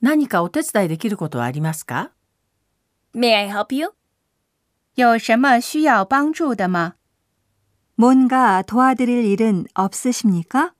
何かお手伝いできることはありますか May I help you? 有什么需要帮助的吗？ 뭔가 도와드릴 일은 없으십니까?